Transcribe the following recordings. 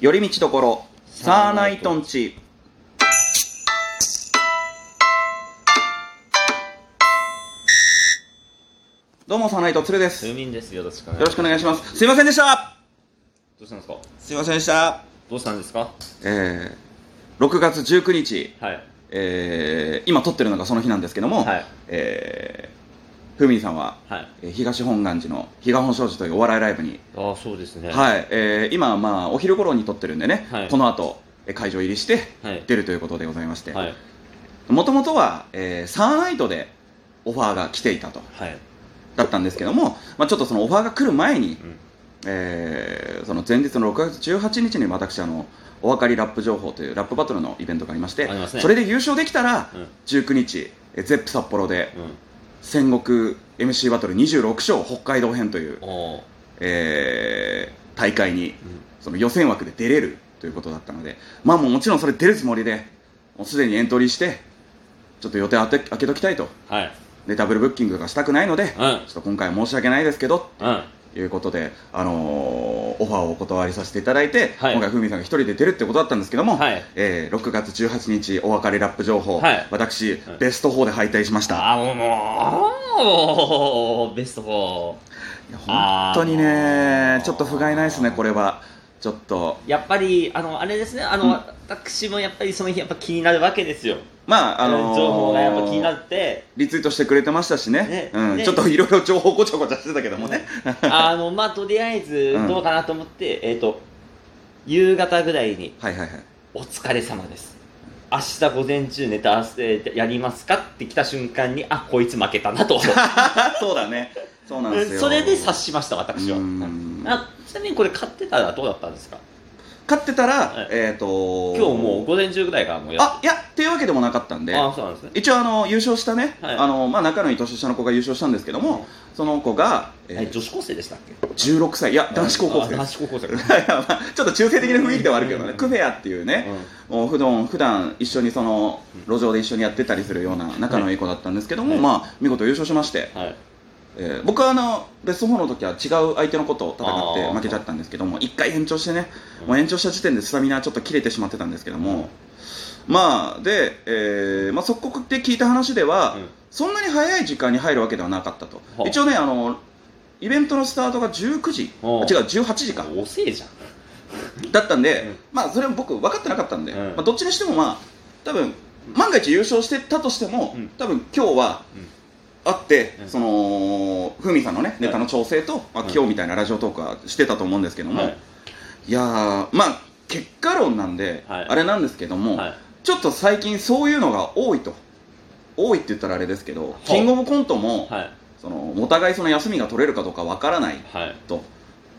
寄り道どころサーナイトンチどうもサーナイトつるですよ睡眠ですよろしくお願いろしくお願いしますすいませんでしたどうしたんですかすいませんでしたどうしたんですかえー、6月19日、はいえー、今撮ってるのがその日なんですけども、はいえー、ふみりさんは、はいえー東本願寺の東本庄司というお笑いライブにああそうですねいはい、えー今まあお昼頃に撮ってるんでね、はいこの後えー会場入りしてはい出るということでございまして、はいもともとは、えーサーナイトでオファーが来ていたとはいだったんですけども、まあ、ちょっとそのオファーが来る前に、うんえーその前日の6月18日に私あのお分かりラップ情報というラップバトルのイベントがありましてありますねそれで優勝できたら、うん19日えーゼップ札幌でうん戦国 MC バトル26勝北海道編という、おーえー大会にうんその予選枠で出れるということだったので、まあもうもちろんそれ出るつもりで、もうすでにエントリーして、ちょっと予定あて開けときたいと、はいでダブルブッキングがしたくないので、ちうんょっと今回は申し訳ないですけどうんということで、あのーオファーをお断りさせていただいて、はい今回、ふみさんが一人で出るってことだったんですけども、はいえー6月18日、お別れラップ情報、はい私、んベスト4で敗退しました。ああもうもうベスト4いや本当にねあ、ーちょっと不甲斐ないですね、これは。ちょっとやっぱりあのあれですねあの、うん私もやっぱりその日やっぱ気になるわけですよまあ、あのー情報がやっぱ気にな ってリツイートしてくれてましたしね、ねうんねちょっといろいろ情報ごちゃごちゃしてたけどもね、あのまあとりあえずうんどうかなと思って、えっ、と夕方ぐらいにはいはいはい、 「お疲れ様です」明日午前中ネタ合わせやりますかって来た瞬間にあこいつ負けたなとそうだね、そうなんですよ、それで察しました私はうんあちなみにこれ買ってたらどうだったんですか勝ってたら、はいえっ、と、今日もう午前中ぐらいからもうやっあいや、っていうわけでもなかったんで、あそうなんですね一応あの、優勝したね、はいあのまあ、中野に年下の子が優勝したんですけども、その子が、えーえ女子高生でしたっけ16歳、いや、男子高校生あで 男す。子高校生いやまあちょっと中性的な雰囲気ではあるけどうんうんね、うんクフェアっていうね、もう普段普段一緒にその路上で一緒にやってたりするような仲のいい子だったんですけども、はいまあ見事優勝しまして、はいえー僕はあのベスト4の時は違う相手のことを戦っあてー負けちゃったんですけども1回延長してね、うんもう延長した時点でスタミナちょっと切れてしまってたんですけども、まあで、えーまあ、即刻で聞いた話では、うんそんなに早い時間に入るわけではなかったとはあ一応ねあのイベントのスタートが19時あ違はあう18時か遅えじゃんだったんで、うんまあそれは僕分かってなかったんで、うんまあ、どっちにしてもまあ多分万が一優勝してたとしても、うん多分今日はうん会って、うんそのふみさんのねネタの調整と、まあ、うん今日みたいなラジオトークはしてたと思うんですけども、はいい、やーまあ結果論なんで、はいあれなんですけども、はいちょっと最近そういうのが多いと多いって言ったらあれですけど、キングオブコントも、はいそのお互いその休みが取れるかどうかわからないはいと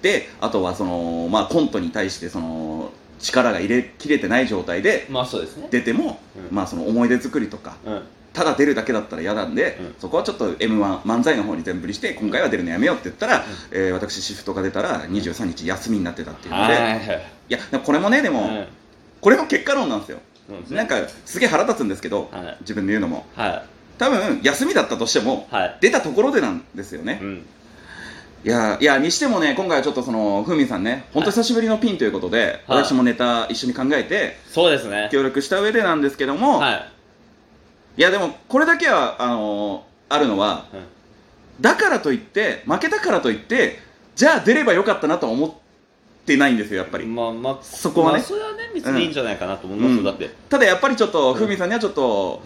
であとはその、まあ、コントに対してその力が入れ切れてない状態でまあそうですね出ても、うんまあ、その思い出作りとかうんただ出るだけだったら嫌なんで、うんそこはちょっと m 1漫才の方に全振りして今回は出るのやめようって言ったら、えー私シフトが出たら23日休みになってたっていうので、い、はいやでもこれもねでも、うんこれも結果論なんですよそうですねなんかすげえ腹立つんですけど、はい自分で言うのもは多分休みだったとしても、いはい出たところでなんですよね、うんいやいやにしてもね今回はちょっとそのふみさんね本当久しぶりのピンということで、はい私もネタ一緒に考えてそうですね協力した上でなんですけども、い、はいやでもこれだけはあのーあるのはうんだからといって負けたからといってじゃあ出ればよかったなとは思ってないんですよやっぱり、まあまあそこはねまあそれはね別にいいんじゃないかなと思いますよ、うんだってただやっぱりちょっとんふみさんにはちょっと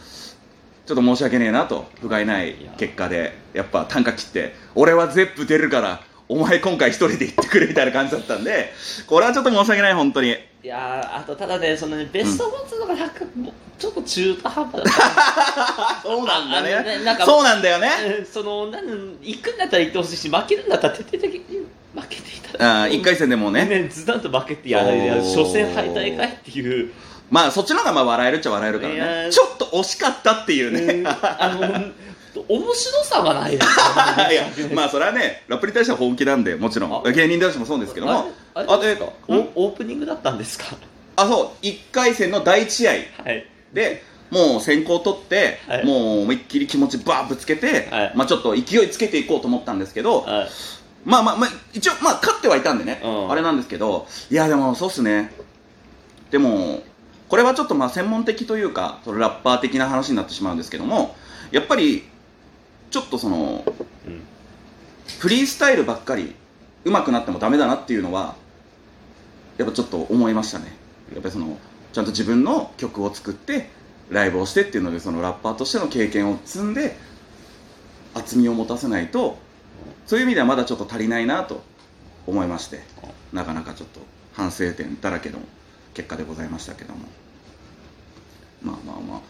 ちょっと申し訳ねえなと不甲斐ないいや結果でやっぱ短歌切って俺はゼップ出るからお前今回一人で行ってくれみたいな感じだったんでこれはちょっと申し訳ない本当に。いやーあとただねそのねベスト4つのがなんか、もうちょっと中途半端だっ そうなんだあのねね。なんかそうなんだよね。たうんそのなん行くんだったら行ってほしいし負けるんだったら徹底的に負けていたあだー一回戦でもねねずだんと負けてやられるそう初戦敗退かいって いう、まあそっちの方がまあ笑えるっちゃ笑えるからいやね。ーちょっと惜しかったって いうね。うんあの面白さはない ですよいやまあそれはねラップに対しては本気なんでもちろんあ芸人同士もそうですけどもあれああでれですかうんおオープニングだったんですかあそう1回戦の第1試合はいでもう先行取って、はいもう思いっきり気持ちバーぶつけて、はいまあちょっと勢いつけていこうと思ったんですけど、はいまあまあまあ一応まあ勝ってはいたんでね、うんあれなんですけどいやでもそうっすねでもこれはちょっとまあ専門的というかそのラッパー的な話になってしまうんですけどもやっぱりちょっとそのうんフリースタイルばっかり上手くなってもダメだなっていうのはやっぱちょっと思いましたねやっぱりそのちゃんと自分の曲を作ってライブをしてっていうのでそのラッパーとしての経験を積んで厚みを持たせないとそういう意味ではまだちょっと足りないなと思いましてなかなかちょっと反省点だらけの結果でございましたけどもまあまあま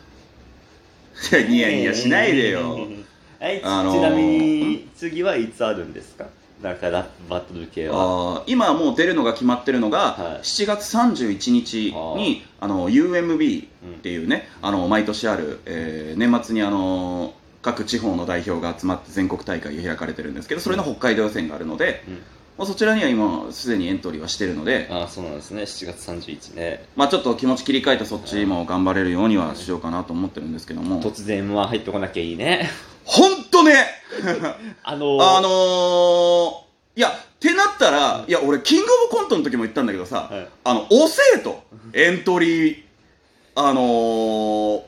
あいやニヤニヤしないでよ はい、あのーちなみに次はいつあるんですかなんかラバトル系はあー今もう出るのが決まってるのが、はい7月31日にあの UMB っていうねあの毎年ある、えー年末にあの各地方の代表が集まって全国大会が開かれてるんですけどそれの北海道予選があるので、うんまあ、そちらには今すでにエントリーはしてるので、ああそうなんですね7月31ねまあ、ちょっと気持ち切り替えてそっちも頑張れるようにはしようかなと思ってるんですけども突然 M1 入ってこなきゃい いね本当ねあのー、あのーいやってなったらうんいや俺キングオブコントの時も言ったんだけどさ、はいあの、遅えと、エントリー、あのー、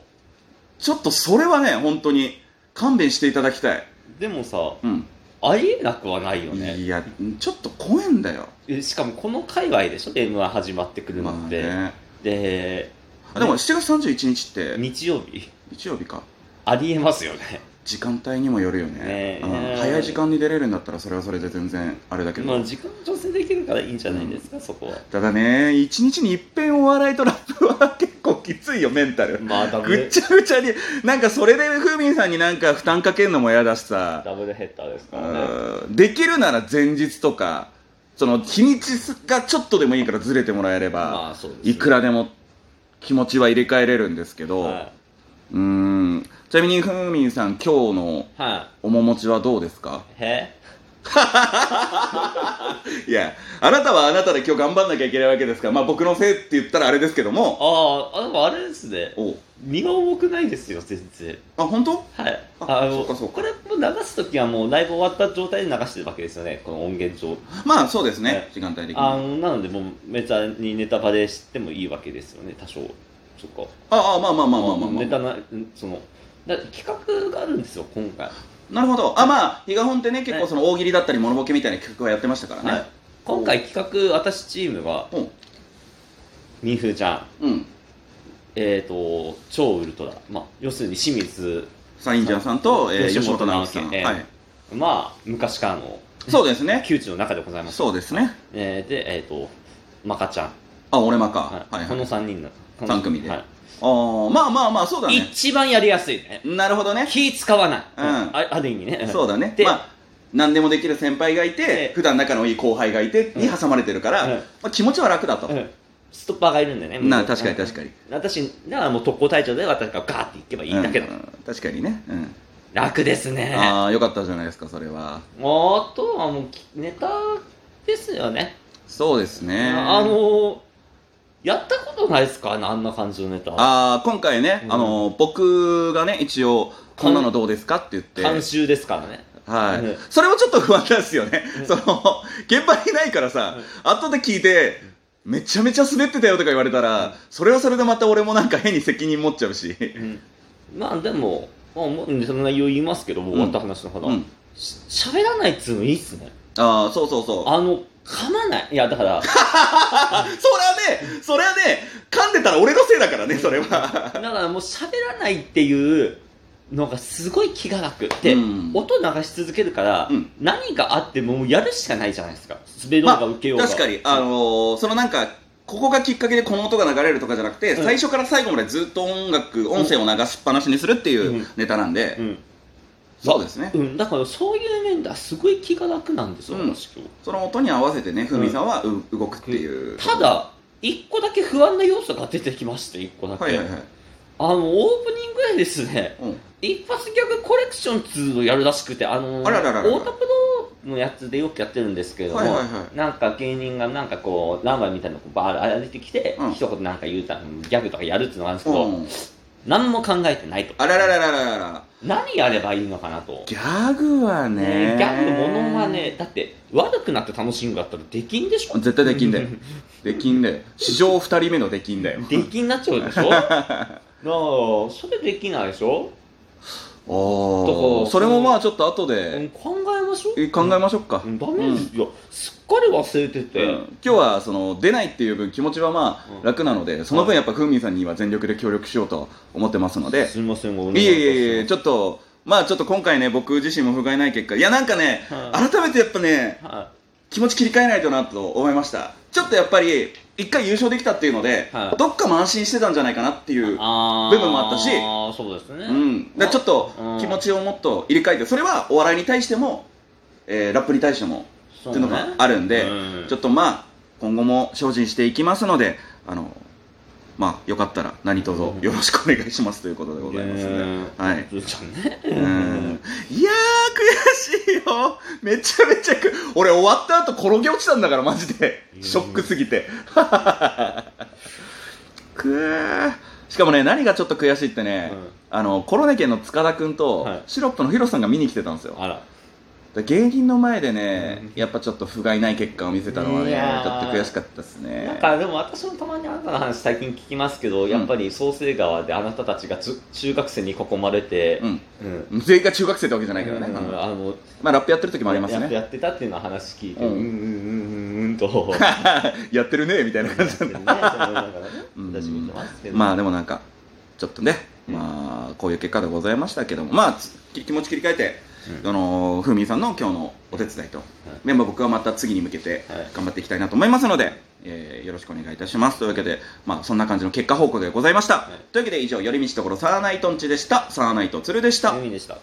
ちょっとそれはね、本当に、勘弁していただきたい。でもさうん。ありえなくはないよねいや、ちょっと怖えんだよ。えしかもこの界隈でしょ m 1始まってくるまのあって、ね。であでも、7月31日って、日曜日日曜日か。ありえますよね時間帯にもよるよねね。えうんねえ早い時間に出れるんだったら、それはそれで全然、あれだけまあど。時間調整できるからいいんじゃないですか、そこはただね、1日に一遍お笑いとラップは結構きついよ、メンタル。まあダブぐっルちゃぐちゃに、なんかそれでふみんさんになんか負担かけるのも嫌だしさ。ダブルヘッダーですからねうんできるなら前日とかその日にちがちょっとでもいいからずれてもらえれば、まあそうですねいくらでも気持ちは入れ替えれるんですけど、はうーんちなみにふみんさん今日のい、は面持ちはどうですかい、へいやあなたはあなたで今日頑張んなきゃいけないわけですからまあ僕のせいって言ったらあれですけどもああでもあれですねおう身が重くないですよ全然あ本当はいあのそうかそうかこれもう流す時はもうライブ終わった状態で流してるわけですよねこの音源上まあそうですね、はい時間帯的にああのなのでもうめちゃにネタバレしてもいいわけですよね多少そこあまあまあまあまあまあ、まあネタなそのだ企画があるんですよ今回なるほどあまあ比嘉本ってね結構その大喜利だったりモノボケみたいな企画はやってましたからね、はい今回企画私チームがうんみふちゃんうんえー、と超ウルトラ、まあ、要するに清水サインジャーさんと、えー吉吉本本直直樹樹ささんん、ええはい、まあ昔からのそうですね窮地の中でございます、そうですねえーでえっ、とマカちゃん、あ俺まか、ははいいはいこの3人なこの三組ではいあーまあまあまあそうだね一番やりやすいねなるほどね気使わない、うんあある意味ねそうだねで、まあ何でもできる先輩がいええて普段仲のいい後輩がいてに挟まれてるから、うんまあ、気持ちは楽だと、うんストッパーがいるんでねなもう確かに確かにうん私ならもう特攻隊長で私がガーっていけばいいんだけど、うん確かにね、うん、楽ですねああよかったじゃないですかそれはあとはもうきネタですよね、そうですねあのやったことないですかねあんな感じのネタあー今回ね、うんあの僕がね一応こんなのどうですかって言って監修ですからねはい、うんそれもちょっと不安なんですよね、うんその現場にいないからさ、後で聞いて、めちゃめちゃ滑ってたよとか言われたら、それはそれでまた俺もなんか変に責任持っちゃう し、うんまあでも、まあ、もうそんな言いますけどもう終わった話の方うん、し喋らないっつうのいいっすねああそうそうそうあの噛まないいやだ かあら それはねそれはね噛んでたら俺のせいだからねそれはだからもう喋らないっていうのがすごい気が楽で、うん音流し続けるから、うん何があってももうやるしかないじゃないですか滑ろうまあが受けようが、確かにあのーそのなんかここがきっかけでこの音が流れるとかじゃなくて、うん最初から最後までずっと音楽音声を流しっぱなしにするっていううんネタなんで、うんそうですね、うん、だからそういう面ではすごい気が楽なんですよ、うん私今日その音に合わせてねふみさんはう、動くっていうただ一個だけ不安な要素が出てきまして一個だけ、はいはいはい、あのオープニングでですねうん、一発ギャグコレクション2をやるらしくてあのあらららら太田プロのやつでよくやってるんですけれども、はいはいはなんか芸人がなんかこうランバーみたいなのこうバーッ歩いてきて、うん一言なんか言うたギャグとかやるっていうのがあるんですけど、うん、何も考えてないとあららららららら何やればいいのかなとギャグはねギャグものまねだって悪くなって楽しむんだったらできんでしょ絶対できんだ よできんだよ史上二人目のできんだよできになっちゃうで しょなあそれできないでしょ、おとかそれもまあちょっと後うでん考えましょうえ考えましょうか、うんダメですよ、すっかり忘れてて、うん今日はその出ないっていう分気持ちはまあうん楽なので、その分やっぱふみんさんには全力で協力しようと思ってますのですみませんごめんいえいえいええちょっとまあちょっと今回ね僕自身も不甲斐ない結果いやなんかねはい改めてやっぱねは気持ち切り替えないとなと思いましたちょっとやっぱり一回優勝できたっていうので、はいどっかも安心してたんじゃないかなっていうい、あー部分もあったしそうですね、うん、だからちょっとうん気持ちをもっと入れ替えてそれはお笑いに対しても、えーラップに対してもそっうていねうのがあるんで、うんちょっとまあ今後も精進していきますのであのまあよかったら何卒よろしくお願いしますということでございますね、ねはいずーちゃんねうんいやー悔しいよめちゃめちゃく俺終わった後転げ落ちたんだからマジでうんショックすぎて くーしかもね何がちょっと悔しいってね、うんあのコロネ家の塚田君と、はいシロップのヒロさんが見に来てたんですよあらで芸人の前でね、うんやっぱちょっと不甲斐ない結果を見せたのはねいちょやーっと悔しかったですねなんかでも私もたまにあなたの話最近聞きますけど、やっぱり創生川であなたたちがつ中学生に囲まれて、うんうん全員が中学生ってわけじゃないけどね、うんあのまあラップやってる時もありますやっぱねやってたっていうのは話聞いて、う、うんんうんうんうんうんと やってるねみたいなや感っじてるねそう思いながらねうん私見てますけど、まああでもなんかちょっとね、うんまあこういう結果でございましたけどもまあつき気持ち切り替えて、うんあのーふうみんさんの今日のお手伝いと、メンバー僕はまた次に向けてはい頑張っていきたいなと思いますので、えーよろしくお願いいたしますというわけでまあそんな感じの結果報告でございました、いというわけで以上寄り道ところサーナイトンチでしたサーナイトツルでした、意味でした